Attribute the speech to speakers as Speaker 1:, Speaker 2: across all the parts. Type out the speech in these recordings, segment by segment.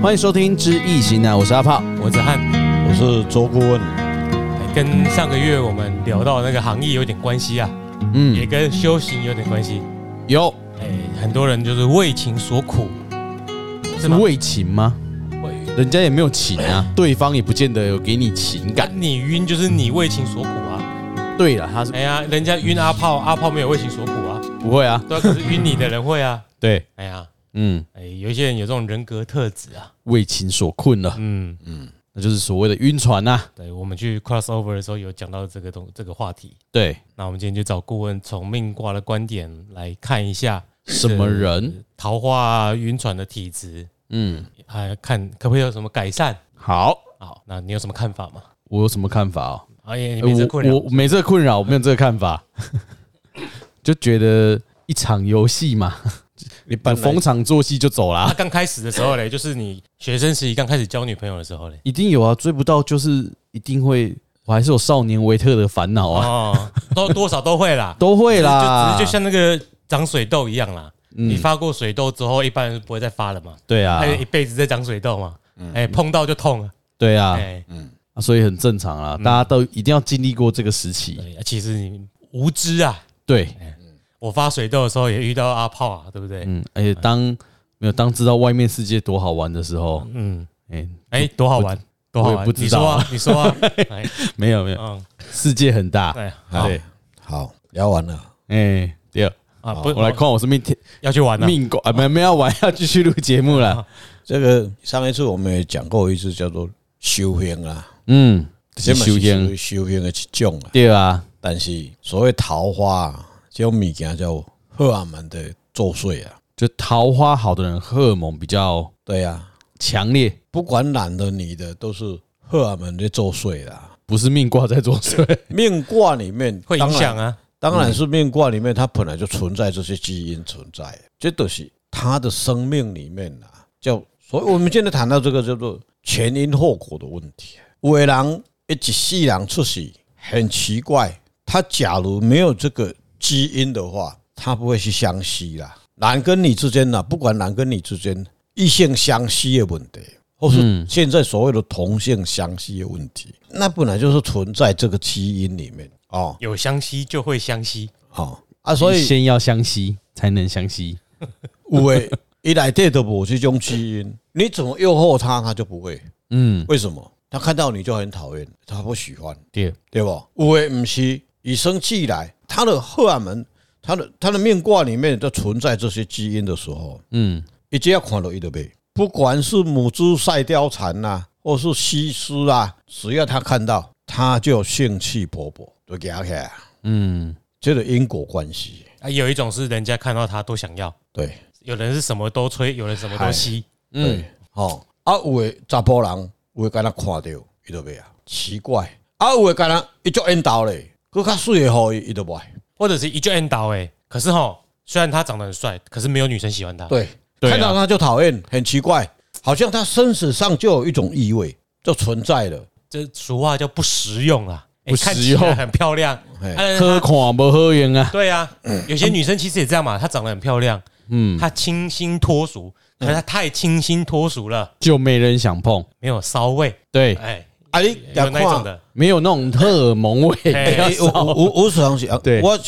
Speaker 1: 欢迎收听《知易行难》，我是阿炮。
Speaker 2: 我是汉，
Speaker 3: 我是周顾问，
Speaker 2: 哎跟上个月我们聊到那个行业有点关系啊，也
Speaker 1: 嗯，
Speaker 2: 跟修行有点关系。
Speaker 1: 有
Speaker 2: 哎，很多人就是为情所苦，
Speaker 1: 是
Speaker 2: 吗
Speaker 1: 为情吗？
Speaker 2: 为
Speaker 1: 人家也没有情啊，对方也不见得有给你情感。
Speaker 2: 你晕就是你为情所苦啊。
Speaker 1: 对了，他是
Speaker 2: 哎呀，人家晕阿炮，阿炮没有为情所苦啊，
Speaker 1: 不会啊。
Speaker 2: 对啊，可是晕你的人会啊。
Speaker 1: 对，
Speaker 2: 哎呀，
Speaker 1: 嗯，
Speaker 2: 哎，有一些人有这种人格特质啊。
Speaker 1: 为情所困了，
Speaker 2: 嗯，
Speaker 1: 那就是所谓的晕船呐、啊。
Speaker 2: 对，我们去 crossover 的时候有讲到这个东这个话题。
Speaker 1: 对，
Speaker 2: 那我们今天就找顾问从命卦的观点来看一下
Speaker 1: 什么人？
Speaker 2: 桃花啊晕船的体质，
Speaker 1: 嗯，
Speaker 2: 还看可不可以有什么改善。
Speaker 1: 好，
Speaker 2: 好，那你有什么看法吗？
Speaker 1: 我有什么看法哦？
Speaker 2: 哎呀，你没这困
Speaker 1: 我
Speaker 2: 扰
Speaker 1: 我没这个困扰，我没有这个看 法，就觉得一场游戏嘛，
Speaker 3: 你本来
Speaker 1: 逢场作戏就走
Speaker 2: 啊！
Speaker 1: 啦。
Speaker 2: 刚开始的时候嘞，就是你学生时期刚开始交女朋友的时候嘞，
Speaker 1: 一定有啊，追不到就是一定会，我还是有少年维特的烦恼啊，
Speaker 2: 哦，都多少都会
Speaker 1: ，
Speaker 2: 啦
Speaker 1: 都会啦。
Speaker 2: 就只是就像那个长水痘一样啦。
Speaker 1: 嗯
Speaker 2: 你发过水痘之后，一般人不会再发了嘛，
Speaker 1: 对啊
Speaker 2: 他，就一辈子在长水痘嘛。哎，碰到就痛了。
Speaker 1: 对啊，
Speaker 2: 哎，嗯
Speaker 1: 啊所以很正常啊，大家都一定要经历过这个时期。
Speaker 2: 对哎其实你无知啊。
Speaker 1: 对，
Speaker 2: 我发水痘的时候也遇到阿炮啊，对不对？
Speaker 1: 嗯，而且当没有当知道外面世界多好玩的时候，
Speaker 2: 嗯，
Speaker 1: 哎，
Speaker 2: 哎，多好玩，多好
Speaker 1: 我也
Speaker 2: 玩
Speaker 1: 不！知
Speaker 2: 你
Speaker 1: 道
Speaker 2: 说
Speaker 1: 啊
Speaker 2: 啊，你 说啊。哎，
Speaker 1: 没有没有，
Speaker 2: 嗯，
Speaker 1: 世界很大。
Speaker 2: 对，啊好
Speaker 1: 对，
Speaker 3: 好聊完了，
Speaker 1: 哎，对，
Speaker 2: 啊，不，
Speaker 1: 我来看我是命天
Speaker 2: 要去玩了。哎
Speaker 1: 命狗啊，没没有要玩，要继续录节目了。
Speaker 3: 这个上一次我们也讲过一次叫做修行啊，
Speaker 1: 嗯，
Speaker 3: 这
Speaker 1: 是
Speaker 3: 嘛
Speaker 1: 修
Speaker 3: 是属
Speaker 1: 行
Speaker 3: 于，修行的一种啊。
Speaker 1: 对啊，
Speaker 3: 但是所谓桃花啊，这种物件叫荷尔蒙的作祟啊，
Speaker 1: 就桃花好的人荷尔蒙比较
Speaker 3: 对啊，
Speaker 1: 强烈，
Speaker 3: 不管男的女的都是荷尔蒙在作祟啦。
Speaker 1: 不是命卦在作 祟。
Speaker 3: 命卦里面
Speaker 2: 会影响啊。
Speaker 3: 当然是命卦里面它本来就存在这些基因存在，这都是它的生命里面啊，叫所以我们现在谈到这个叫做前因后果的问题。有的人一世人出世很奇怪，他假如没有这个基因的话，他不会去相吸啦。男跟女之间呢、不管男跟女之间异性相吸的问题，或是现在所谓的同性相吸的问题，那本来就是存在这个基因里面哦。
Speaker 2: 有相吸就会相吸，
Speaker 3: 哦啊，所以
Speaker 1: 先要相吸，才能相吸。
Speaker 3: 有诶，伊内底都无这种基因，你怎么诱惑他，他就不会。
Speaker 1: 嗯，
Speaker 3: 为什么？他看到你就很讨厌，他不喜欢，
Speaker 1: 对，
Speaker 3: 对不？有诶，不是与生俱来，他的荷尔蒙，他的他的命卦里面就存在这些基因的时候，
Speaker 1: 嗯，
Speaker 3: 伊只要看到伊就被，不管是母猪赛貂蝉呐，或是西施啊，只要他看到，他就兴趣勃勃，就夹起来，
Speaker 1: 嗯，
Speaker 3: 这个因果关系，
Speaker 2: 啊，有一种是人家看到他都想要，
Speaker 3: 对。
Speaker 2: 有人是什么都吹，有人什么都吸，
Speaker 3: 对，吼、啊有诶查甫人有诶敢若看到伊都袂啊，奇怪，啊有诶敢若伊足缘投咧，佫较水诶互伊伊都袂，
Speaker 2: 或者是一句 end 倒哎。可是吼，虽然他长得很帅，可是没有女生喜欢他。，
Speaker 3: 对，
Speaker 1: 对啊
Speaker 3: 看到他就讨厌，很奇怪，好像他身体上就有一种异味就存在了，
Speaker 2: 这俗话叫不实用啊，哎
Speaker 1: 不
Speaker 2: 看
Speaker 1: 实
Speaker 2: 起
Speaker 1: 用哎
Speaker 2: 来很漂亮，
Speaker 3: 嘿
Speaker 2: 但是
Speaker 1: 喝
Speaker 2: 她
Speaker 1: 看无喝用啊。
Speaker 2: 对啊，有些女生其实也这样嘛，她长得很漂亮，
Speaker 1: 嗯，
Speaker 2: 她清新脱俗，可是她太清新脱俗了，
Speaker 1: 就没人想碰。
Speaker 2: 没有骚味，
Speaker 1: 对，
Speaker 2: 哎，
Speaker 3: 啊你
Speaker 2: 有那一种的，
Speaker 1: 没有那种荷尔蒙味。
Speaker 2: 哎
Speaker 1: 不要
Speaker 3: 我我 我我想想，
Speaker 1: 对
Speaker 3: 啊我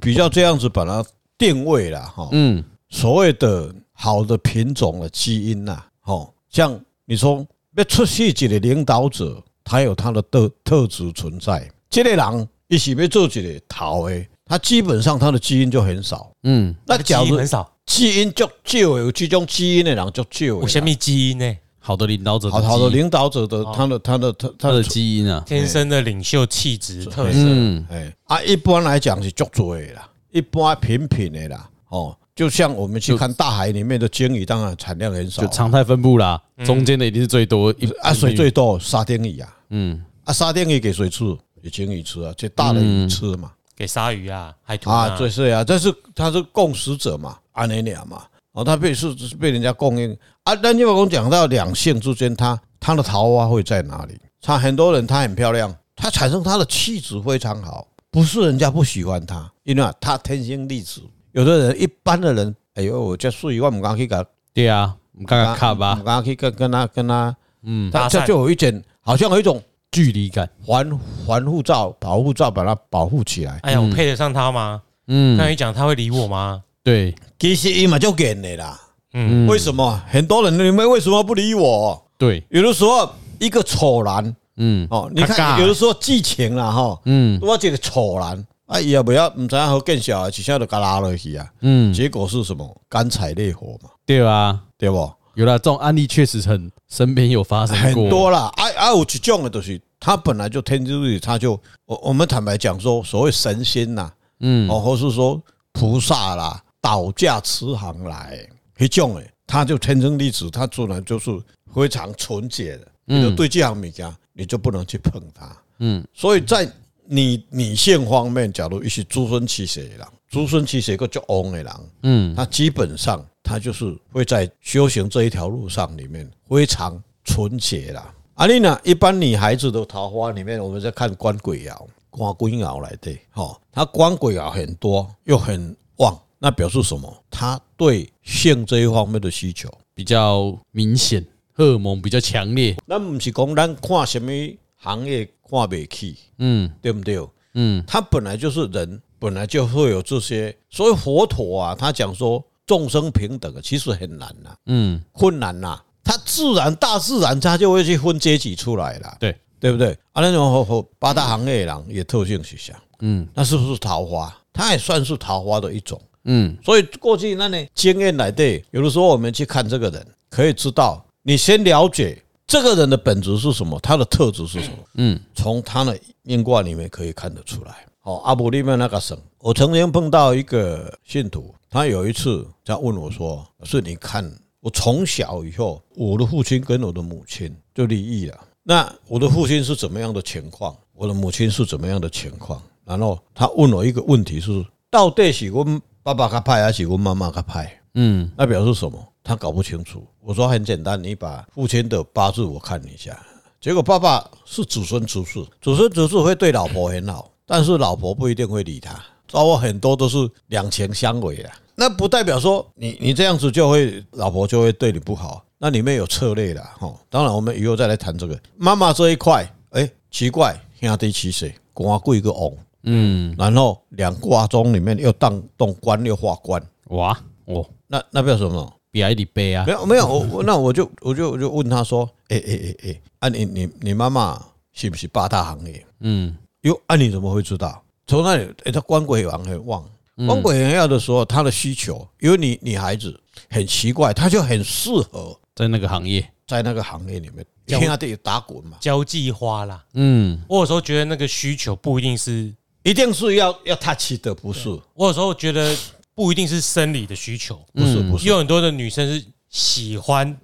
Speaker 3: 比较这样子把它定位啦，哈、
Speaker 1: 嗯，
Speaker 3: 所谓的好的品种的基因呐、哦，像你说要出世一个领导者，他有他的特特质存在。这类人一起要做一个头的，他基本上他的基因就很少。
Speaker 1: 嗯，
Speaker 3: 那
Speaker 2: 基
Speaker 3: 假
Speaker 2: 因
Speaker 3: 如
Speaker 2: 很少，
Speaker 3: 基因足少有这种基因的人足少的啦，
Speaker 2: 我先秘基因欸呢，
Speaker 1: 好的领导者，
Speaker 3: 好好的，领导者的他的他的他
Speaker 1: 他
Speaker 3: 他
Speaker 1: 的
Speaker 3: 的
Speaker 1: 基因啊。
Speaker 2: 天生的领袖气质特色。
Speaker 1: 嗯，
Speaker 3: 哎啊，一般来讲是足多的啦，一般平平的啦，哦，就像我们去看大海里面的鲸鱼，当然产量很少
Speaker 1: 就，常态分布啦，中间的一定是最多一
Speaker 3: 啊，水最多沙丁鱼啊，
Speaker 1: 嗯，
Speaker 3: 啊，沙丁鱼给谁吃？给鲸鱼吃啊，这大的鱼吃嘛。
Speaker 1: 嗯
Speaker 2: 给鲨鱼啊、海豚啊，
Speaker 3: 啊，对是啊，但是它是供食者嘛，安尼俩嘛，哦，它被是是被人家供应啊。但因为我们讲到两性之间，它它的桃花会在哪里？它很多人她很漂亮，她产生她的气质非常好，不是人家不喜欢她，因为啊她天生丽质。有的人一般的人，哎呦，我这属于我们敢去给她
Speaker 1: 对啊，我刚刚卡吧，
Speaker 3: 我刚去跟跟他跟他，
Speaker 1: 嗯，
Speaker 3: 他
Speaker 2: 搭
Speaker 3: 这
Speaker 2: 讪
Speaker 3: 就有一点，好像有一种
Speaker 1: 距离感，
Speaker 3: 环环护罩、保护罩把它保护起来。
Speaker 2: 哎呀，我配得上他吗？
Speaker 1: 嗯，
Speaker 2: 刚一讲他会理我吗？
Speaker 1: 对，
Speaker 3: 其实伊嘛就给你啦，
Speaker 2: 嗯，
Speaker 3: 为什么很多人你们为什么不理我？
Speaker 1: 对，
Speaker 3: 有的时候一个丑男
Speaker 1: 嗯
Speaker 3: 哦，你
Speaker 2: 尴
Speaker 3: 看
Speaker 2: 尬
Speaker 3: 有的时候激情啦吼，
Speaker 1: 嗯
Speaker 3: 我一个丑男啊，伊也不要唔知影好更小，一下就给拉落去啊。
Speaker 1: 嗯，
Speaker 3: 结果是什么？干柴烈火嘛，
Speaker 1: 对啊，
Speaker 3: 对不？
Speaker 1: 有了这种案例确实很身边有发生
Speaker 3: 很
Speaker 1: 过，
Speaker 3: 多啦，啊啊，有一种的就是他本来就天之日，他就我我们坦白讲说，所谓神仙呐，
Speaker 1: 嗯
Speaker 3: 哦，或是说菩萨啦，倒驾慈航来，一种诶，他就天生丽质，他自然就是非常纯洁的，你就对这样物件你就不能去碰它，
Speaker 1: 嗯
Speaker 3: 所以在女女性方面，假如一些诸生气血的人，诸生气血个叫翁的人，
Speaker 1: 嗯
Speaker 3: 他基本上他就是会在修行这一条路上里面非常纯洁啦。啊，你呢？一般女孩子的桃花里面，我们在看官鬼爻，官鬼爻来的，哦，他官鬼爻很多又很旺，那表示什么？他对性这一方面的需求，
Speaker 1: 比较明显，荷尔蒙比较强烈，
Speaker 3: 咱不是讲咱看什么行业看不起，
Speaker 1: 嗯
Speaker 3: 对不对？
Speaker 1: 嗯
Speaker 3: 他本来就是人，本来就会有这些。所以佛陀啊，他讲说众生平等，啊其实很难呐、
Speaker 1: 嗯，
Speaker 3: 困难呐、它自然大自然它就会去分阶级出来了，
Speaker 1: 对，
Speaker 3: 对不对？啊，那种和和八大行业的人也特性是像，
Speaker 1: 嗯
Speaker 3: 那是不是桃花？它也算是桃花的一种。
Speaker 1: 嗯
Speaker 3: 所以过去那呢经验来的，有的时候我们去看这个人，可以知道你先了解这个人的本质是什么，他的特质是什么，
Speaker 1: 嗯
Speaker 3: 从他的面卦里面可以看得出来。哦，阿布利曼那个省，我曾经碰到一个信徒，他有一次在问我说：“老师，你看我从小以后，我的父亲跟我的母亲就离异了。那我的父亲是怎么样的情况？我的母亲是怎么样的情况？”然后他问我一个问题是：到底是我爸爸他派还是我妈妈他派？
Speaker 1: 嗯
Speaker 3: 那表示什么？他搞不清楚。我说很简单，你把父亲的八字我看一下。结果爸爸是子孙出世，子孙出世会对老婆很好，但是老婆不一定会理他。包括很多都是两情相违啊。那不代表说你你这样子就会老婆就会对你不好，那里面有策略啦。哈。当然我们以后再来谈这个妈妈这一块。哎、奇怪，兄弟七岁，官贵个翁，
Speaker 1: 嗯，
Speaker 3: 然后两卦中里面又当动官又化官，
Speaker 1: 哇哦，
Speaker 3: 那那表示什么？
Speaker 1: 比爱你背啊
Speaker 3: 没，有没有，我我那我就我就我就问他说，哎哎哎哎，啊你你你妈妈是不是八大行业？
Speaker 1: 嗯
Speaker 3: 哟，啊你怎么会知道？从那里，哎、他官鬼王很旺，
Speaker 1: 嗯
Speaker 3: 官鬼王要的时候，他的需求，因为你女孩子很奇怪，她就很适合
Speaker 1: 在那个行业，
Speaker 3: 在那个行业里面，
Speaker 2: 交
Speaker 3: 天下地打滚嘛，
Speaker 2: 交际花啦。
Speaker 1: 嗯
Speaker 2: 我有时候觉得那个需求不一定是，
Speaker 3: 一定是要要 touch 的，不是
Speaker 2: 我有时候觉得不一定是生理的需求，
Speaker 3: 不是不
Speaker 2: 也
Speaker 3: 是，
Speaker 2: 有很多的女生是喜欢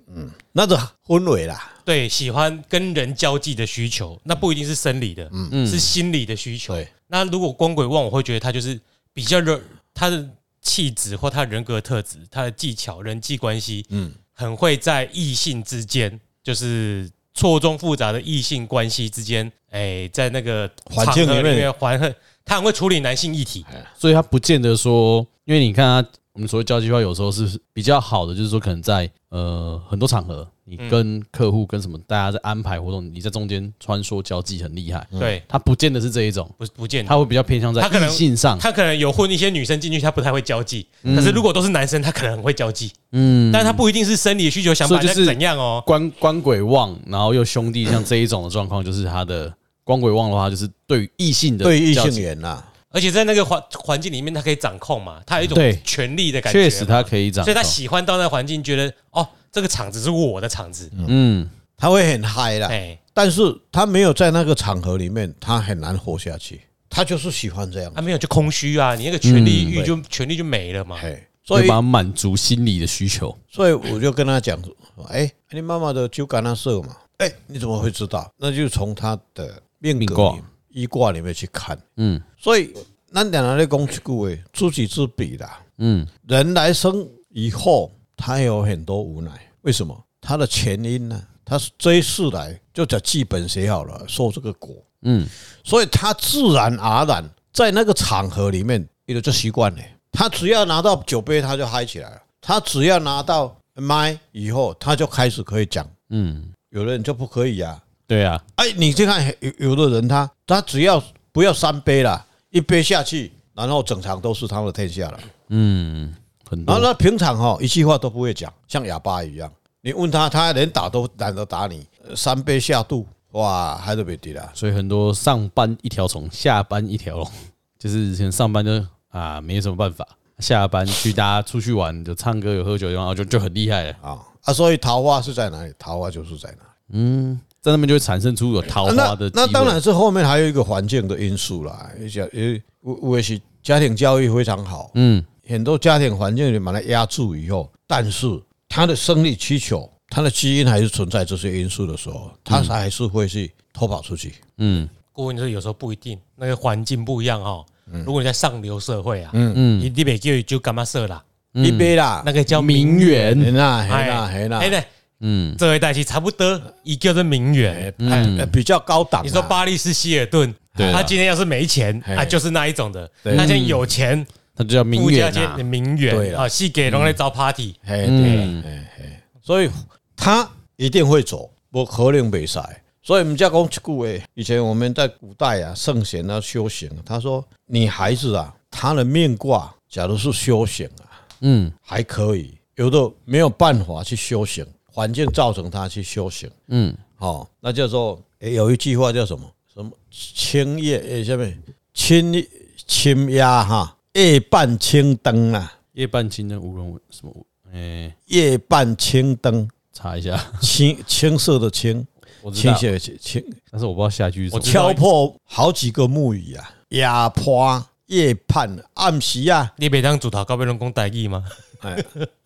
Speaker 3: 那个氛围啦，
Speaker 2: 对喜欢跟人交际的需求，那不一定是生理的，
Speaker 1: 嗯
Speaker 2: 是心理的需求
Speaker 3: 对。
Speaker 2: 那如果光鬼旺，我会觉得他就是比较热，他的气质或他人格特质、他的技巧、人际关系，
Speaker 3: 嗯
Speaker 2: 嗯，很会在异性之间，就是错综复杂的异性关系之间，哎，在那个
Speaker 3: 环境里
Speaker 2: 场合
Speaker 3: 面
Speaker 2: 面环很，他很会处理男性议题，
Speaker 1: 所以他不见得说，因为你看他，我们所谓交际花有时候是比较好的，就是说可能在呃很多场合，你
Speaker 3: 嗯
Speaker 1: 跟客户跟什么大家在安排活动，你在中间穿梭交际很厉害。
Speaker 2: 对，
Speaker 1: 他不见得是这一种，
Speaker 2: 不不见得。
Speaker 1: 他会比较偏向在
Speaker 2: 他可能
Speaker 1: 异性上，
Speaker 2: 他可能有混一些女生进去，他不太会交际。可是如果都是男生，他可能很会交际，
Speaker 1: 嗯，
Speaker 2: 但他不一定是生理需求，想
Speaker 1: 所
Speaker 2: 把
Speaker 1: 以就
Speaker 2: 人
Speaker 1: 是
Speaker 2: 家怎样哦。
Speaker 1: 官官鬼旺，然后又兄弟，像这一种的状况，就是他的官鬼旺的话，就是对于异性的
Speaker 3: 对异
Speaker 1: 交
Speaker 3: 性
Speaker 1: 际
Speaker 3: 缘啦，
Speaker 2: 而且在那个环环境里面，他可以掌控嘛，他有一种
Speaker 1: 对
Speaker 2: 权力的感觉嘛，
Speaker 1: 确实他可以长，
Speaker 2: 所以他喜欢到那个环境，觉得哦，这个场子是我的场子，
Speaker 1: 嗯
Speaker 3: 他会很嗨啦，
Speaker 2: 哎，
Speaker 3: 但是他没有在那个场合里面，他很难活下去。他就是喜欢这样，
Speaker 2: 他没有就空虚啊，你那个权力
Speaker 1: 嗯
Speaker 2: 欲就权力就没了嘛，
Speaker 3: 嘿，所
Speaker 1: 所以
Speaker 3: 以
Speaker 1: 把满足心理的需求，
Speaker 3: 所以我就跟他讲说，哎、你妈妈的酒橄榄色嘛，哎、你怎么会知道？那就从他的命
Speaker 1: 命
Speaker 3: 格
Speaker 1: 卦
Speaker 3: 里、一卦里面去看。
Speaker 1: 嗯
Speaker 3: 所以咱两人在讲一句话，知己知彼啦。
Speaker 1: 嗯
Speaker 3: 人来生以后，他有很多无奈，为什么？他的前因呢、他这一世来就叫剧本写好了，受这个果。
Speaker 1: 嗯
Speaker 3: 所以他自然而然在那个场合里面，他就习惯了。他只要拿到酒杯，他就嗨起来了；他只要拿到麦以后，他就开始可以讲，
Speaker 1: 嗯，
Speaker 3: 有的人就不可以啊。
Speaker 1: 对啊，
Speaker 3: 哎，你去看有有的人他他只要不要三杯啦，一杯下去，然后整场都是他的天下了。
Speaker 1: 嗯，很
Speaker 3: 然后
Speaker 1: 多，
Speaker 3: 他平常哈一句话都不会讲，像哑巴一样。你问他，他连打都懒得打你。呃三杯下肚，哇，还是别提啦。
Speaker 1: 所以很多上班一条虫，下班一条龙， 就是以前上班就啊没什么办法，下班去大家出去玩就唱歌有喝酒，然后就就很厉害了，
Speaker 3: 啊啊，所以桃花是在哪里？桃花就是在哪里。
Speaker 1: 嗯，在那边就会产生出有桃
Speaker 3: 啊
Speaker 1: 花的、
Speaker 3: 那那当然，是后面还有一个环境的因素啦。也讲也我我也是家庭教育非常好，
Speaker 1: 嗯，
Speaker 3: 很多家庭环境里把它压住以后，但是他的生理需求，他的基因还是存在这些因素的时候，他还是会去偷跑出去。
Speaker 1: 嗯
Speaker 2: 顾问说有时候不一定，那个环境不一样哦。如果你在上流社会啊，
Speaker 1: 嗯，啊
Speaker 2: 你你北就就干嘛社啦，
Speaker 3: 一杯啦
Speaker 2: 那，个叫
Speaker 1: 名媛，
Speaker 3: 很啦很啦很啦
Speaker 2: 哎，对，
Speaker 1: 嗯，
Speaker 2: 这一代其实差不多，一叫做名媛。
Speaker 3: 哎，比较高档啊。
Speaker 2: 你说巴黎是希尔顿，
Speaker 1: 对啦
Speaker 2: 他今天要是没钱
Speaker 3: 嘿
Speaker 2: 啊，就是那一种的。
Speaker 3: 对
Speaker 2: 他现在有钱，
Speaker 1: 那就叫名
Speaker 2: 富家
Speaker 1: 媛
Speaker 2: 街
Speaker 1: 啊
Speaker 2: 的，名
Speaker 3: 对
Speaker 2: 媛
Speaker 3: 啦
Speaker 2: 啊，戏给人来招 party，
Speaker 3: 嘿，
Speaker 1: 嗯
Speaker 3: 对，嘿嘿，所以他一定会走，不可能袂使。所以我们家讲一句话，以前我们在古代啊，圣贤啊，修行啊，他说，你孩子啊，他的命卦，假如是修行啊，
Speaker 1: 嗯
Speaker 3: 还可以；有的没有办法去修行，环境造成他去修行，
Speaker 1: 嗯，
Speaker 3: 哦，那叫做、诶有一句话叫什么？什么清夜？诶，下面清清压哈，夜半青灯啊，
Speaker 1: 夜半清灯无人问什么，哎，
Speaker 3: 夜半青灯，
Speaker 1: 查一 下，
Speaker 3: 青青色的青，
Speaker 1: 我知
Speaker 3: 倾
Speaker 1: 道，
Speaker 3: 斜的倾，倾
Speaker 1: 但是我不知道下一句是什
Speaker 2: 我
Speaker 1: 么
Speaker 2: 知，道
Speaker 3: 敲破好几个木鱼啊，压破夜盼暗时啊，
Speaker 2: 你北当主头高被人讲代意吗？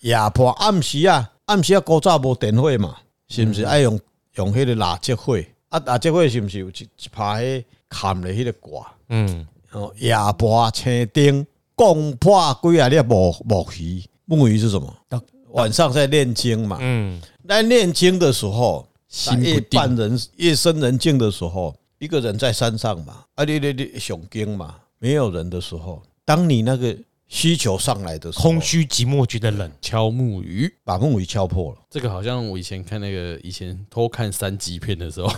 Speaker 3: 压破暗时啊，暗时啊，古早无电火嘛，是毋是爱用用迄个蜡烛火？啊，蜡烛火是毋是有一一排迄砍咧迄个挂？
Speaker 2: 嗯，
Speaker 3: 哦，压破青灯，共破几啊粒木木鱼，木鱼是什么？晚上在念经嘛，
Speaker 2: 嗯，
Speaker 3: 在念经的时候，
Speaker 1: 心
Speaker 3: 夜
Speaker 1: 不
Speaker 3: 半
Speaker 1: 定，
Speaker 3: 人夜深人静的时候，一个人在山上嘛，啊，你你你熊经嘛，没有人的时候，当你那个需求上来的时候，
Speaker 2: 空虚寂寞觉得冷，
Speaker 1: 敲木鱼。
Speaker 3: 把木鱼敲破了。
Speaker 1: 这个好像我以前看那个以前偷看三级片的时候，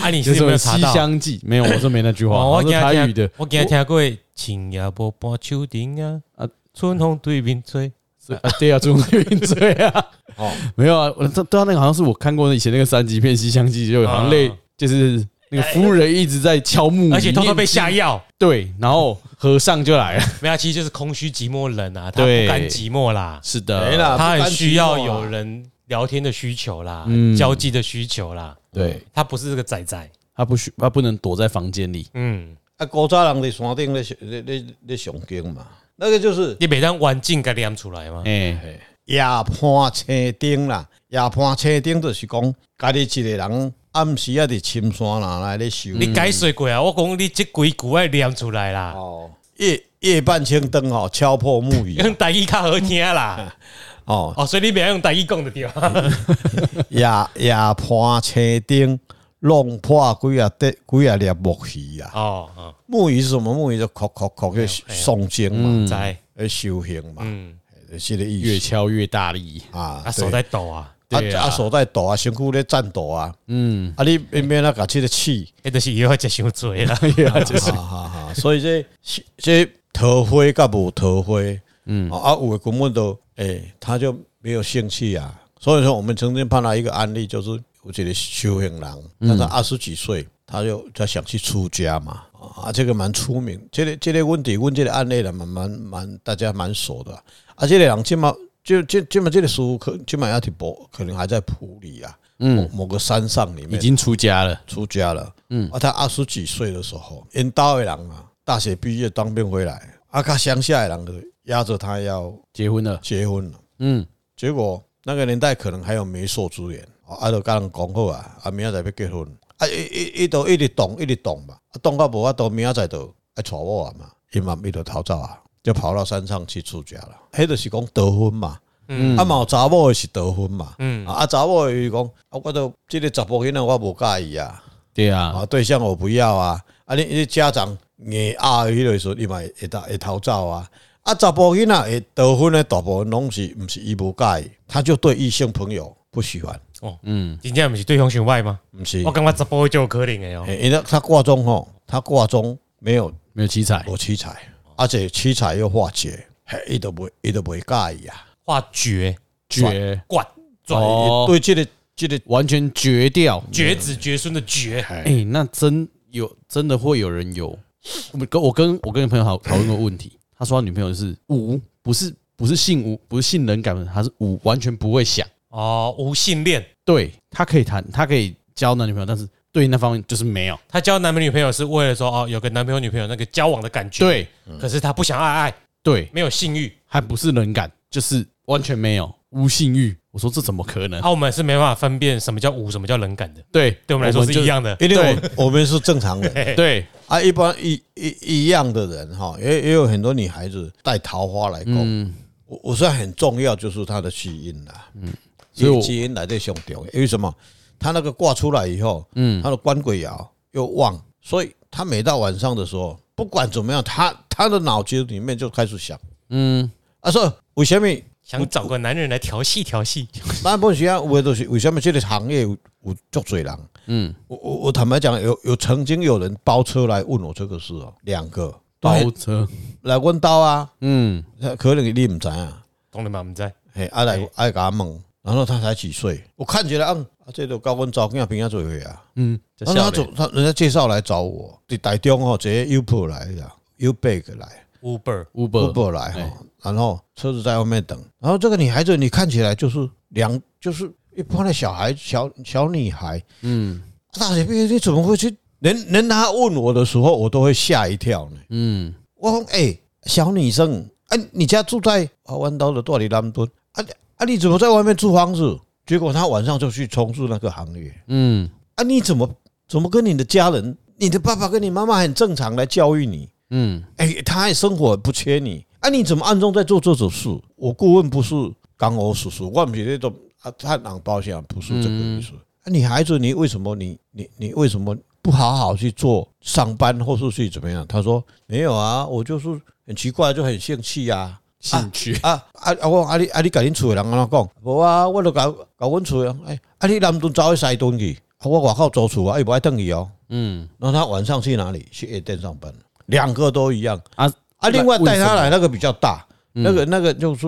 Speaker 2: 啊， 你
Speaker 1: 就是
Speaker 2: 有没有查
Speaker 1: 西
Speaker 2: 到？
Speaker 1: 厢记》，没有，我说没那句话，
Speaker 2: 哦，我
Speaker 1: 我是
Speaker 2: 今
Speaker 1: 台
Speaker 2: 天
Speaker 1: 语的
Speaker 2: 听，我今天听过《情也无半手顶啊》
Speaker 1: 啊
Speaker 2: 啊，春风对面吹。
Speaker 1: 是啊，对啊，中国运醉啊，
Speaker 3: 哦，
Speaker 1: 没有啊，我对对啊，那个好像是我看过的以前那个三级片《西厢记》，就好像类
Speaker 2: 啊
Speaker 1: 就是那个夫人一直在敲木，
Speaker 2: 而且偷偷被下
Speaker 1: 药，
Speaker 2: 药。
Speaker 1: 对，然后和尚就来了，
Speaker 2: 没有，其实就是空虚、寂寞、冷啊，他
Speaker 1: 对
Speaker 2: 不甘寂寞啦，
Speaker 1: 是
Speaker 3: 没
Speaker 1: 的，
Speaker 3: 啦，
Speaker 2: 他
Speaker 3: 不
Speaker 2: 很
Speaker 3: 甘
Speaker 2: 需
Speaker 3: 寂
Speaker 2: 要
Speaker 3: 寞啊
Speaker 2: 有。人聊天的需求啦，
Speaker 1: 嗯
Speaker 2: 交际的需求啦。
Speaker 1: 对
Speaker 2: 他不是这个仔仔，
Speaker 1: 他不许他不能躲在房间里，
Speaker 2: 嗯，
Speaker 3: 啊，古早人伫山顶咧咧咧咧熊经嘛，那个就是
Speaker 2: 你每当玩境该念出来吗？
Speaker 1: 哎，
Speaker 3: 夜半青灯啦，夜半青灯就是讲家己一个人暗时啊伫深山啦来咧修。
Speaker 2: 你解释过啊？我讲你这几句要念出来啦，
Speaker 3: 哦，夜夜半青灯哦，敲破木鱼 啊
Speaker 2: 用台语较好听啦。
Speaker 3: 哦，
Speaker 2: 哦，所以你不要用台语讲的对了。
Speaker 3: 夜夜破青灯，弄破几啊块几啊粒木鱼啊！
Speaker 2: 哦，哦
Speaker 3: 木鱼是什么？木鱼就哭哭哭去
Speaker 2: 哎呦
Speaker 3: 诵经嘛，
Speaker 2: 知，
Speaker 3: 来修行嘛，
Speaker 2: 嗯，
Speaker 3: 就是这个
Speaker 1: 越
Speaker 3: 意思
Speaker 1: 敲越大力，
Speaker 3: 啊
Speaker 2: 啊，。手
Speaker 3: 对
Speaker 2: 在抖啊，
Speaker 1: 对
Speaker 3: 啊
Speaker 1: 啊
Speaker 3: 啊手在抖啊，身躯咧颤抖啊，
Speaker 1: 嗯，
Speaker 3: 啊你免免那搞这个气，
Speaker 2: 那就是以后吃伤多 啦。
Speaker 3: 哈哈哈。所以这这桃花甲无桃花，嗯啊，有的根本都诶，他就没有兴趣啊。所以说，我们曾经碰到一个案例，就是有一个修行人，
Speaker 1: 嗯
Speaker 3: 他才二十几岁，他就他想去出家嘛，啊，这个蛮出名，这个这个问题，问这个案例了，蛮蛮蛮大家蛮熟的啊。啊，这个人今嘛，就就今嘛这个师傅可今嘛要去博，可能还在普里啊，某某个山上里
Speaker 1: 嗯
Speaker 3: 面
Speaker 1: 已经出家了，
Speaker 3: 出家了，嗯，啊，他二十几岁的时候，因岛的人啊，大学毕业当兵回来，啊，他乡下的人就压着他要
Speaker 1: 结婚了，
Speaker 3: 结婚了，
Speaker 1: 嗯，
Speaker 3: 结果那个年代可能还有媒妁之言，啊，啊就跟人讲好啊，啊，明仔载要结婚，啊，一一一都一直动一直动嘛，啊，动到无啊，到明仔载就爱娶某啊嘛，伊嘛伊就逃走啊，就跑到山上去出家了，迄就是讲得婚嘛，
Speaker 2: 嗯
Speaker 3: 啊，嘛有查某的是得婚嘛，
Speaker 2: 嗯
Speaker 3: 啊，啊查某的伊讲，啊，我都即个查甫囡仔我无介意啊。
Speaker 1: 对啊，
Speaker 3: 啊，对象我不要啊，啊，你你家长硬压迄个时候，你嘛会会逃会逃走啊，啊，啊，查甫囡仔会得分的大部分拢是毋是伊无介意，他就对异性朋友不喜欢，
Speaker 2: 真正不是对方想外吗？
Speaker 3: 毋是
Speaker 2: 我。感觉十波就有可能的哦。
Speaker 3: 嘿因为他挂钟吼，他挂钟没有
Speaker 1: 没有七彩，
Speaker 3: 无七彩，而且七彩又化解，嘿，伊都袂伊都袂介意啊。
Speaker 2: 化绝
Speaker 1: 绝
Speaker 2: 灌转
Speaker 1: 哦
Speaker 3: 对这个这个
Speaker 1: 完全绝掉。
Speaker 2: 绝子绝孙的绝，
Speaker 1: 哎、那真有真的会有人有？我跟我跟我跟朋友讨讨论过问题，他说他女朋友是无，不是不是性无，不是性冷感，他是无，完全不会想。
Speaker 2: 哦，无性恋。
Speaker 1: 对他可以谈，他可以交男女朋友，但是对那方面就是没有。
Speaker 2: 她交男朋友女朋友是为了说哦，有个男朋友女朋友那个交往的感觉。，嗯
Speaker 1: 对
Speaker 2: 可是她不想爱爱，
Speaker 1: 对，
Speaker 2: 没有性欲。
Speaker 1: 还不是冷感，就是完全没有无性欲。我说这怎么可能？
Speaker 2: 啊，我们是没办法分辨什么叫无，什么叫冷感的，
Speaker 1: 对，
Speaker 2: 对我们来说是
Speaker 1: 就
Speaker 2: 一。样的。
Speaker 3: 因为我们我们是正常人
Speaker 1: 对，
Speaker 3: 啊，一般一一一样的人哈，也也有很多女孩子带桃花来供。
Speaker 1: 嗯
Speaker 3: 我我说很重要就是她的基因啦，嗯，
Speaker 1: 所以我
Speaker 3: 基因来的上重要。因为什么？她那个挂出来以后，嗯，她的官鬼爻又旺，所以她每到晚上的时候，不管怎么样，她她的脑筋里面就开始想，
Speaker 1: 嗯，
Speaker 3: 啊，说为什么
Speaker 2: 想找个男人来调戏调戏，
Speaker 3: 咱本时啊，有的都是为什么这个行业有有足多人？嗯，我我我坦白讲，有有曾经有人包车来问我这个事哦，两个
Speaker 1: 包车，
Speaker 3: 来阮兜啊，
Speaker 1: 嗯，
Speaker 3: 可能你毋知啊，
Speaker 2: 懂了吗？我们在
Speaker 3: 嘿，啊来爱甲问，然后他才几岁，我看起来嗯，啊，这都跟阮查某囝平安做伙啊，
Speaker 1: 嗯
Speaker 3: 然后他
Speaker 1: 就
Speaker 3: 走，他人家介绍来找我，伫台中吼，直接 Uber 来的，Ubag 来
Speaker 2: Uber
Speaker 1: Uber
Speaker 3: ，Uber 来
Speaker 1: 哎
Speaker 3: 吼，然后车子在外面等，然后这个女孩子你看起来就是两，就是一般的小孩小小女孩，啊
Speaker 1: 嗯
Speaker 3: 大学毕业你怎么会去？人人他问我的时候，我都会吓一跳呢。
Speaker 1: 嗯，
Speaker 3: 我说：“哎、小女生，哎、你家住在啊弯刀的大理南屯啊啊，你怎么在外面租房子？”结果他晚上就去从事那个行业
Speaker 1: 嗯
Speaker 3: 啊！你怎么怎么跟你的家人，你的爸爸跟你妈妈很正常来教育你？
Speaker 1: 嗯，
Speaker 3: 哎、他也生活不缺你啊！你怎么暗中在做这种事？我顾问不是刚我叔叔，我不是那种啊探囊包下，不是这个意思。啊、女孩子，你为什么你你你为什么不好好去做上班，或是去怎么样？他说没有啊，我就是很奇怪，就很兴趣啊。
Speaker 1: 兴趣，
Speaker 3: 啊啊啊！我啊你啊你甲恁厝的人安怎讲？无啊，我就甲甲阮厝的人，哎，啊你南屯走去西屯去，啊我外口租厝啊，伊无爱等去哦。
Speaker 1: 嗯，
Speaker 3: 然后他晚上去哪里？去夜店上班，两个都一样
Speaker 1: 啊
Speaker 3: 啊啊！另外
Speaker 1: 为
Speaker 3: 带他
Speaker 1: 什嗯
Speaker 3: 来那个比较大，那个那个就是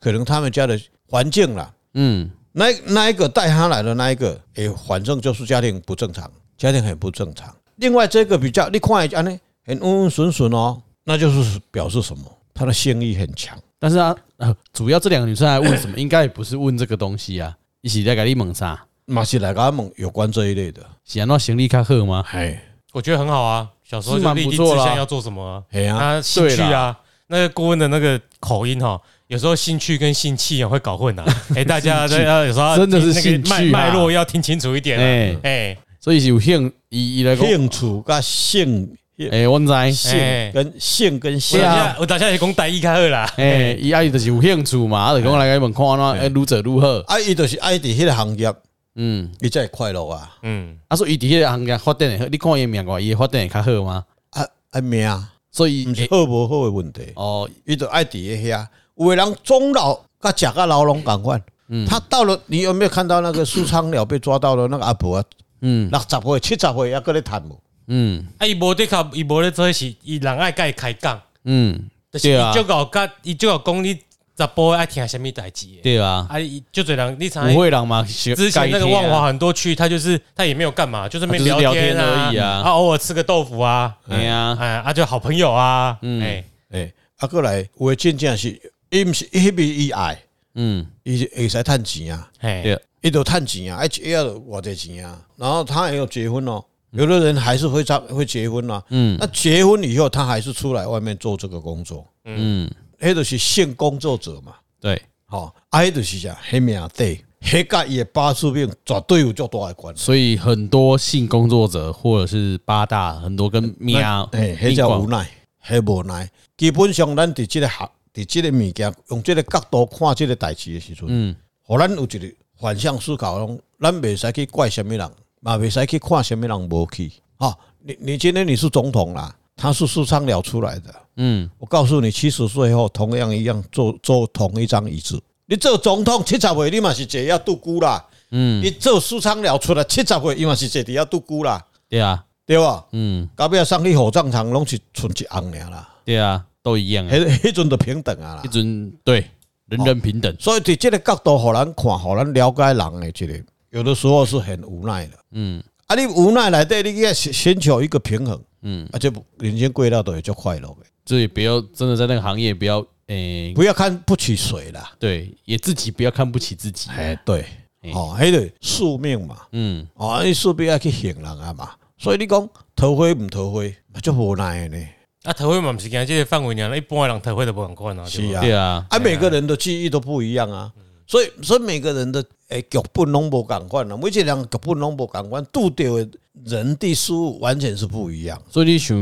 Speaker 3: 可能他们家的环境啦。
Speaker 1: 嗯
Speaker 3: 那那一个带他来的那一个，哎，反正就是家庭不正常，家庭很不正常。另外这个比较，你看一下呢，很温温顺顺哦，那就是表示什么？他的性欲很强。
Speaker 1: 但是啊，呃主要这两个女生来问什么，应该也不是问这个东西啊，一起在给你猛啥，
Speaker 3: 嘛是来跟他们有关这一类的，
Speaker 1: 是安那行李卡赫吗？
Speaker 3: 哎，
Speaker 2: 我觉得很好啊，小时候
Speaker 1: 是
Speaker 2: 就
Speaker 1: 蛮
Speaker 2: 立
Speaker 1: 不
Speaker 2: 定志
Speaker 1: 错啦
Speaker 2: 向要做什么啊，
Speaker 3: 哎呀，
Speaker 2: 他兴趣
Speaker 1: 对
Speaker 2: 啊，那个顾问的那个口音哈，有时候兴趣跟性气啊会搞 混啊。哎，大家大家有时候要
Speaker 1: 真的是
Speaker 2: 那个
Speaker 1: 兴趣啊
Speaker 2: 脉脉络要听清楚一点啊。
Speaker 1: 哎，
Speaker 2: 哎
Speaker 1: 所以是有兴伊伊来讲，
Speaker 3: 兴趣跟性
Speaker 1: 哎，我知，
Speaker 2: 哎
Speaker 3: 性跟性跟
Speaker 2: 我
Speaker 3: 性
Speaker 1: 啊
Speaker 3: 啊
Speaker 2: 等，下我等下也讲单一开二啦。
Speaker 1: 哎，伊阿姨就是有兴趣嘛，啊，就讲来给你们看啊，哎，如者如何，
Speaker 3: 啊，伊就是爱伫迄个行业，
Speaker 1: 嗯，
Speaker 3: 伊才会快乐啊，
Speaker 2: 嗯，
Speaker 1: 啊，所以伊伫迄个行业发展会好，你看伊命伊发展会较好吗？
Speaker 3: 啊啊命，
Speaker 1: 所以
Speaker 3: 毋是好无好的问题，
Speaker 1: 哦，
Speaker 3: 伊就爱伫遐。有的人终老，甲食甲老拢共款。他到了，你有没有看到那个苏昌鸟被抓到了那个阿婆啊？
Speaker 1: 嗯
Speaker 3: 六十岁、七十岁还搁咧谈无？
Speaker 1: 嗯
Speaker 2: 啊，伊无得靠，伊无咧做的是，伊人爱甲伊开讲，
Speaker 1: 嗯，
Speaker 2: 就是
Speaker 1: 对啊
Speaker 2: 伊就搞甲，伊就搞讲你查甫爱听什么代志的。
Speaker 1: 对啊，
Speaker 2: 啊，伊就侪人，你常
Speaker 1: 不会人嘛，
Speaker 2: 之
Speaker 1: 哎之
Speaker 2: 前那个万华，很多区，他就是他也没有干嘛，就这边
Speaker 1: 啊就是聊
Speaker 2: 天
Speaker 1: 天而已啊
Speaker 2: 啊，偶尔吃个豆腐啊，
Speaker 1: 哎呀，
Speaker 2: 哎啊，就好朋友啊，
Speaker 1: 嗯
Speaker 2: 哎，
Speaker 3: 诶，啊，过来，有的真正是，伊毋是迄边伊爱，
Speaker 1: 嗯，
Speaker 3: 伊是会使趁钱啊。
Speaker 2: 哎
Speaker 1: 对，
Speaker 3: 伊都趁钱啊，哎，一要偌济钱啊，然后他也有结婚哦。有的人还是会在会结婚啊，嗯，那结婚以后他还是出来外面做这个工作，
Speaker 1: 嗯，
Speaker 3: 迄就是性工作者嘛，
Speaker 1: 对，
Speaker 3: 吼、啊，迄就是啥，迄命底，迄甲伊的巴士病绝对有足大的关系，
Speaker 1: 所以很多性工作者或者是八大很多跟命啊，
Speaker 3: 哎，迄叫无奈，迄无奈。基本上咱伫即个行，伫即个物件，用即个角度看即个代志的时阵，
Speaker 1: 嗯，
Speaker 3: 互咱有一个反向思考，讲咱袂使去怪什么人，嘛袂使去看什么人无去。吼、你你今天你是总统啦，他是舒畅聊出来的。
Speaker 1: 嗯，
Speaker 3: 我告诉你，七十岁后同样一样坐坐同一张椅子。你做总统七十岁，你嘛是坐要独孤啦。嗯，你做舒畅聊出来七十岁，伊嘛是坐伫要独孤啦，
Speaker 1: 对啊，
Speaker 3: 对吧？
Speaker 1: 嗯，
Speaker 3: 到尾啊送去火葬场，拢是剩一红尔啦。
Speaker 1: 对啊，都一样啊。
Speaker 3: 迄嗯迄阵就平等啊啦
Speaker 1: 一。准对人人平等，
Speaker 3: 所以伫这个角度，互咱看，互咱了解人的这个，有的时候是很无奈的。
Speaker 1: 嗯
Speaker 3: 啊，你无奈来对，你要寻寻求一个平衡，
Speaker 1: 嗯，
Speaker 3: 而且人生轨道都会足快乐的。
Speaker 1: 所以不要真的在那个行业不要诶、
Speaker 3: 不要看不起谁啦，
Speaker 1: 对，也自己不要看不起自己，
Speaker 3: 哎，对
Speaker 1: 哎，
Speaker 3: 哦，迄个宿命嘛，
Speaker 1: 嗯，
Speaker 3: 哦，你势必要去行人啊嘛。所以你讲桃花唔桃花，足无奈的呢。
Speaker 2: 啊，头会嘛不是讲这个范围呢，一般的人头会都不敢看啊。
Speaker 3: 是
Speaker 2: 对吧，
Speaker 3: 啊
Speaker 1: 对，啊，
Speaker 3: 啊，每个人的记忆都不一样啊，所以所以每个人的诶剧本拢无共款啊，每一个人剧本拢无共款，拄着的人地事物完全是不一样。
Speaker 1: 所以你想，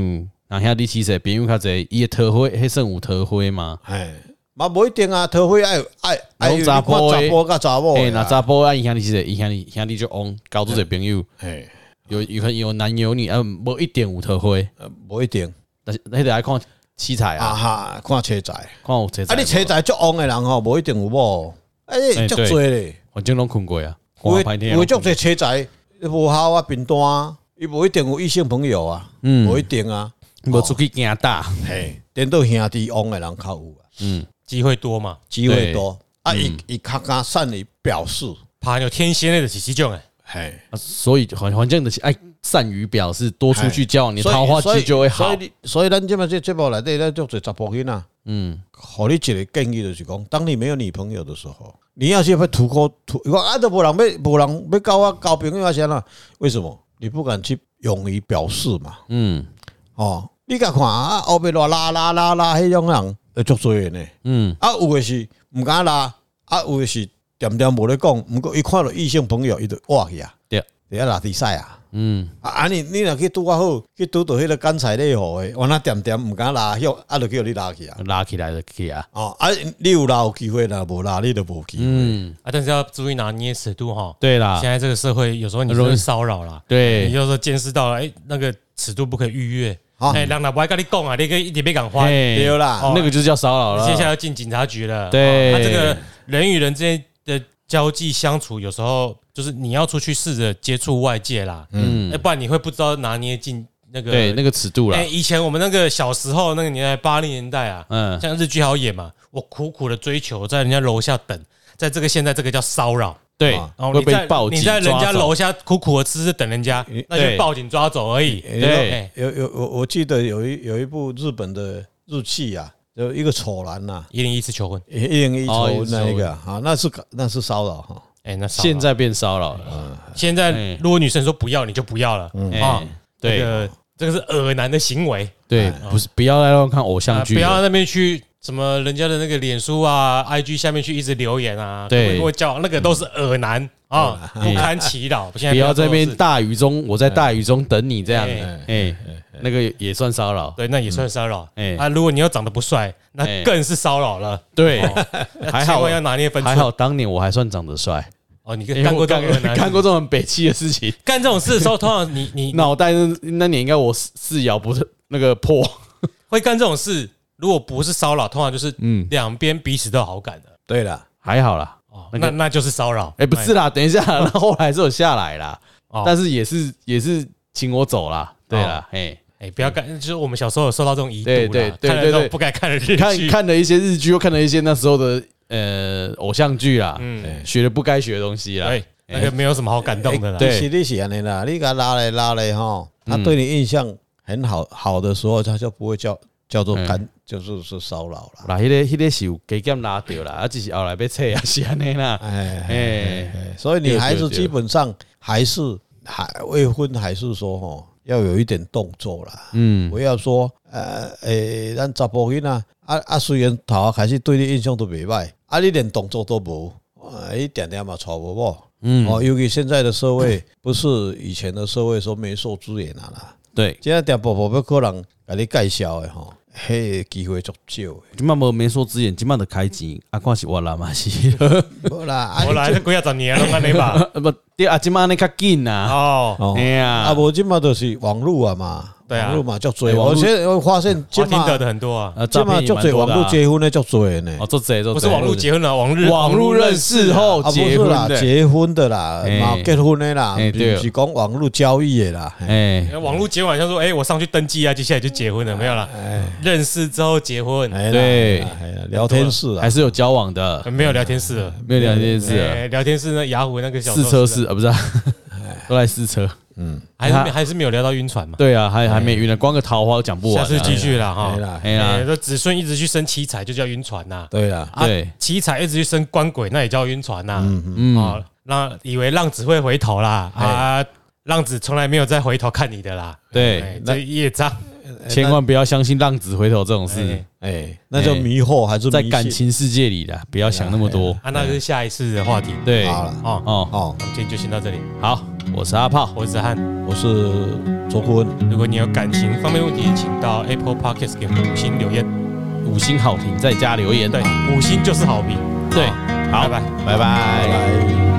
Speaker 1: 人兄弟其实朋友较侪，伊的桃花迄算有桃花嘛？
Speaker 3: 哎，嘛无一定啊，桃花爱爱爱
Speaker 1: 拢查甫的
Speaker 3: 查甫甲查某
Speaker 1: 诶，
Speaker 3: 的
Speaker 1: 那
Speaker 3: 啊，
Speaker 1: 查甫啊，伊兄弟其实伊兄弟兄弟就翁交做者朋友，
Speaker 3: 哎，
Speaker 1: 有有可能有男有女，啊，无一定有桃花，
Speaker 3: 呃无一定
Speaker 1: 但是迄个爱看七彩
Speaker 3: 啊
Speaker 1: 啊，
Speaker 3: 哈，看车仔，啊
Speaker 1: 看有七彩无，
Speaker 3: 你车仔足旺的人吼，无一定有某，哎，
Speaker 1: 哎
Speaker 3: 足
Speaker 1: 对
Speaker 3: 多咧，
Speaker 1: 反正拢困过啊，
Speaker 3: 有
Speaker 1: 看歹
Speaker 3: 的
Speaker 1: 听
Speaker 3: 有的足多车仔无效啊，贫惰啊，伊无一定有异性朋友啊，
Speaker 1: 嗯
Speaker 3: 无一定啊，
Speaker 1: 无出去行大，
Speaker 3: 嘿，颠倒兄弟旺的人较有啊。
Speaker 1: 嗯，
Speaker 2: 机会多嘛，
Speaker 3: 机会多啊，伊伊较敢善于表示，
Speaker 2: 爬牛天蝎那个是这种诶，
Speaker 3: 嘿，
Speaker 1: 啊所以环环境的是爱善于表示，多出去交往，你的
Speaker 3: 所以
Speaker 1: 桃花
Speaker 3: 所以
Speaker 1: 期就会好
Speaker 3: 所以。你所以咱即嘛这节目内底咱就做查甫囡仔，
Speaker 1: 嗯，
Speaker 3: 互你一个建议就是讲，当你没有女朋友的时候，你要去要突破突，我啊都无人要无人要交我交朋友啊啥啦？为什么你不敢去勇于表示嘛？
Speaker 1: 嗯
Speaker 3: 哦，你甲看啊，后壁拉拉拉拉拉迄种人，呃，足多的呢。
Speaker 1: 嗯
Speaker 3: 啊，有的是毋敢拉，啊，有的是点点无咧讲，毋过伊看到异性朋友，伊就哇去啊，
Speaker 1: 对，
Speaker 3: 伫遐拉比赛啊。
Speaker 1: 嗯，
Speaker 3: 啊，安尼你若去拄啊好，去拄到迄个干柴烈火的，我那点点毋敢拉，迄啊，就叫你拉去啊。
Speaker 1: 拉起来就去啊。
Speaker 3: 哦，啊，你有拉有机会啦，无拉你就无机会。
Speaker 1: 嗯，
Speaker 2: 啊，但是要注意拿捏尺度哈。
Speaker 1: 对啦
Speaker 2: 现，在这个社会有时候你
Speaker 1: 很容易
Speaker 2: 容易骚扰啦，你
Speaker 1: 啊对，
Speaker 2: 有时候见识到了，哎，那个尺度不可以逾越。
Speaker 3: 好
Speaker 2: 哎，让老伯跟你讲啊，你个一点别敢花，
Speaker 1: 嘿
Speaker 3: 对啦
Speaker 1: 那个就是叫骚扰了。
Speaker 2: 接下来要进警察局了。
Speaker 1: 对
Speaker 2: 哦那这个人与人之间的交际相处，有时候就是你要出去试着接触外界啦，
Speaker 1: 嗯
Speaker 2: 要，不然你会不知道拿捏进那个。
Speaker 1: 对，那个尺度啦
Speaker 2: 哎，。以前我们那个小时候那个年代，八零年代啊，
Speaker 1: 嗯，
Speaker 2: 像日剧好演嘛，我苦苦的追求，在人家楼下等，在这个现在这个叫骚扰。
Speaker 1: 对，
Speaker 3: 啊
Speaker 2: 哦，
Speaker 1: 会
Speaker 2: 你在
Speaker 1: 被报警
Speaker 2: 你在人
Speaker 1: 抓
Speaker 2: 家
Speaker 1: 走嗯
Speaker 2: 楼下苦苦的吃吃等人家，那
Speaker 1: 对嗯
Speaker 2: 就报警抓走而已。
Speaker 3: 对
Speaker 2: 哎，
Speaker 3: 有有我我记得有一有一部日本的日剧啊，有一个丑男啊呐，
Speaker 2: 一零一次求婚，
Speaker 3: 一零一
Speaker 1: 哦
Speaker 3: 丑那一个啊，那是那是骚扰哈。
Speaker 2: 哎，那骚扰
Speaker 1: 现在变骚扰了。
Speaker 2: 现在
Speaker 1: 哎
Speaker 2: 如果女生说不要，你就不要了啊
Speaker 1: 哎。，
Speaker 2: 这
Speaker 1: 对
Speaker 2: 个这个是恶男的行为，
Speaker 1: 对，不是不要再乱看偶像
Speaker 2: 啊
Speaker 1: 剧
Speaker 2: 不要
Speaker 1: 了。
Speaker 2: 那边去什么人家的那个脸书啊、IG 下面去一直留言啊，
Speaker 1: 对
Speaker 2: 跟我叫那个都是恶男啊，不堪其扰。现在
Speaker 1: 不要在那
Speaker 2: 做
Speaker 1: 边
Speaker 2: 事
Speaker 1: 大雨中，我在大雨中等你这样
Speaker 2: 哎。
Speaker 1: 哎，那个也算骚扰。
Speaker 2: 对，那也算骚扰。
Speaker 1: 哎
Speaker 2: 啊，如果你又长得不帅，那
Speaker 1: 哎
Speaker 2: 更是骚扰了。
Speaker 1: 对，
Speaker 2: 那
Speaker 1: 还
Speaker 2: 哦千
Speaker 1: 好
Speaker 2: 万要拿捏分寸。
Speaker 1: 还好当年我还算长得帅，
Speaker 2: 哦，你
Speaker 1: 因 为
Speaker 2: 干过
Speaker 1: 我
Speaker 2: 这
Speaker 1: 干
Speaker 2: 种恶男，
Speaker 1: 干过这种很北气的事 情。
Speaker 2: 干这种事的时候，通常 你你
Speaker 1: 脑袋那那年应该我四四爻不是那个破，
Speaker 2: 会干这种事，如果不是骚扰，通常就是
Speaker 1: 嗯，
Speaker 2: 两边彼此都有好感的
Speaker 3: 对了，
Speaker 1: 还好啦。
Speaker 2: 哦，
Speaker 1: 那个
Speaker 2: 那那就是骚扰。
Speaker 1: 哎、不是啦，等一下 啦，那后来是有下来啦，
Speaker 2: 哦
Speaker 1: 但是也是也是请我走啦，对啦，哎、
Speaker 2: 哎、不要干，就是我们小时候有受到这种遗毒啦
Speaker 1: 对对对
Speaker 2: 看了这种
Speaker 1: 对对
Speaker 2: 不该看的日剧，
Speaker 1: 看看了一些日剧，又看了一些那时候的呃偶像剧啦，哎
Speaker 2: 嗯，哎
Speaker 1: 学了不该学的东西啦，
Speaker 2: 对，那个没有什么好感动的啦。
Speaker 1: 对
Speaker 3: 其实你是安尼啦，你给他拉来拉来哈，他对你印象很好好的时候，他就不会叫叫做干，就是是骚扰了。
Speaker 1: 啦，迄、啊个迄、个是有加减拉掉啦，啊，只是后来被撤啊， 是安尼啦，
Speaker 3: 哎
Speaker 1: 哎、
Speaker 3: 哎，哎所以你还是
Speaker 1: 对对对
Speaker 3: 基本上还是还未婚，还是说哦，要有一点动作啦。
Speaker 1: 嗯，
Speaker 3: 不要说呃诶，咱查甫囡仔啊啊，虽然头啊开始对你印象都袂歹，啊你连动作都无，啊一点点嘛错无无。
Speaker 1: 嗯
Speaker 3: 哦，尤其现在的社会，不是以前的社会说媒妁之言啊啦，
Speaker 1: 对，
Speaker 3: 现在点步步要可能给你介绍的吼，迄机会足少的。
Speaker 1: 今麦无没说之言，今麦的开钱，啊，看是我啦嘛是，
Speaker 3: 无啦，
Speaker 1: 哎
Speaker 3: 啊
Speaker 2: 我
Speaker 3: 你
Speaker 2: 来这几啊十年了，安尼吧。
Speaker 1: 啊不，对啊，今麦安尼较紧啦，
Speaker 2: 哦，
Speaker 3: 哦
Speaker 1: 哎呀、
Speaker 3: 啊无即嘛就是网络啊嘛，
Speaker 2: 对啊
Speaker 3: 网络嘛叫追，
Speaker 1: 网络
Speaker 3: 我现在我发现
Speaker 2: 花
Speaker 3: 这
Speaker 2: 听
Speaker 3: 嘛
Speaker 2: 得的很 多啊，
Speaker 1: 呃，
Speaker 3: 这
Speaker 1: 诈
Speaker 3: 嘛
Speaker 1: 骗也
Speaker 3: 叫
Speaker 1: 蛮
Speaker 3: 追
Speaker 1: 多
Speaker 3: 网
Speaker 1: 的
Speaker 3: 络
Speaker 1: 啊。
Speaker 3: 结婚的叫追呢
Speaker 1: 哦，，做贼做
Speaker 2: 不是网络结婚了，网日
Speaker 1: 网络认识后
Speaker 3: 啊不
Speaker 1: 哦结
Speaker 3: 是
Speaker 1: 婚
Speaker 3: 啦，
Speaker 1: 的，
Speaker 3: 结婚的啦，
Speaker 1: 哎
Speaker 3: 嘛结婚的啦，
Speaker 1: 哎
Speaker 3: 不
Speaker 1: 对
Speaker 3: 是讲网络交易的啦，哎
Speaker 1: 哎，
Speaker 2: 网络结婚好像说，哎、我上去登记啊，接下来就结婚了，没有啦，认识之后结婚，
Speaker 3: 哎啦
Speaker 1: 对
Speaker 3: 哎呀聊天室啊
Speaker 1: 还，是有交往的，
Speaker 2: 没有聊天室了，
Speaker 1: 没有聊天室了，
Speaker 2: 哎聊天室呢，雅虎那个小
Speaker 1: 试车
Speaker 2: 是，
Speaker 1: 啊是啊，不是啊，
Speaker 2: 哎
Speaker 1: 都来试车。
Speaker 3: 嗯，
Speaker 2: 还是没还是没有聊到晕船嘛，
Speaker 1: 对啊，还还没晕呢，光个桃花都讲不完
Speaker 2: 哎下
Speaker 1: 啊。
Speaker 2: 次继续啦哈
Speaker 3: 哎。啦，
Speaker 1: 哎呀
Speaker 2: 哎，说子孙一直去生七彩就叫晕船呐，
Speaker 3: 对啦，
Speaker 2: 啊
Speaker 1: 对，
Speaker 2: 七彩一直去生官鬼那也叫晕船呐，
Speaker 3: 嗯，嗯
Speaker 1: 嗯，
Speaker 2: 哦，浪以为浪子会回头啦，啊，浪子从来没有再回头看你的啦，
Speaker 1: 对，
Speaker 2: 哎这业障，
Speaker 1: 千万不要相信浪子回头这种事
Speaker 2: 哎，
Speaker 3: 哎，那叫迷惑还是迷
Speaker 1: 在
Speaker 3: 信
Speaker 1: 感情世界里的，不要想那么多。
Speaker 2: 啊，那是下一次的话题
Speaker 1: 对，
Speaker 3: 好了
Speaker 2: 哦。
Speaker 1: 哦，
Speaker 3: 哦，
Speaker 2: 今天就先到这里，
Speaker 1: 好，我是阿炮，
Speaker 2: 我是子翰。
Speaker 3: 我是周顾问。
Speaker 2: 如果你有感情方面问题，请到 Apple Podcast 给我们五星留言，
Speaker 1: 五星好评在家留言。哦
Speaker 2: 对，五星就是好评。
Speaker 1: 对，好，
Speaker 2: 拜拜
Speaker 1: 拜拜
Speaker 3: 拜拜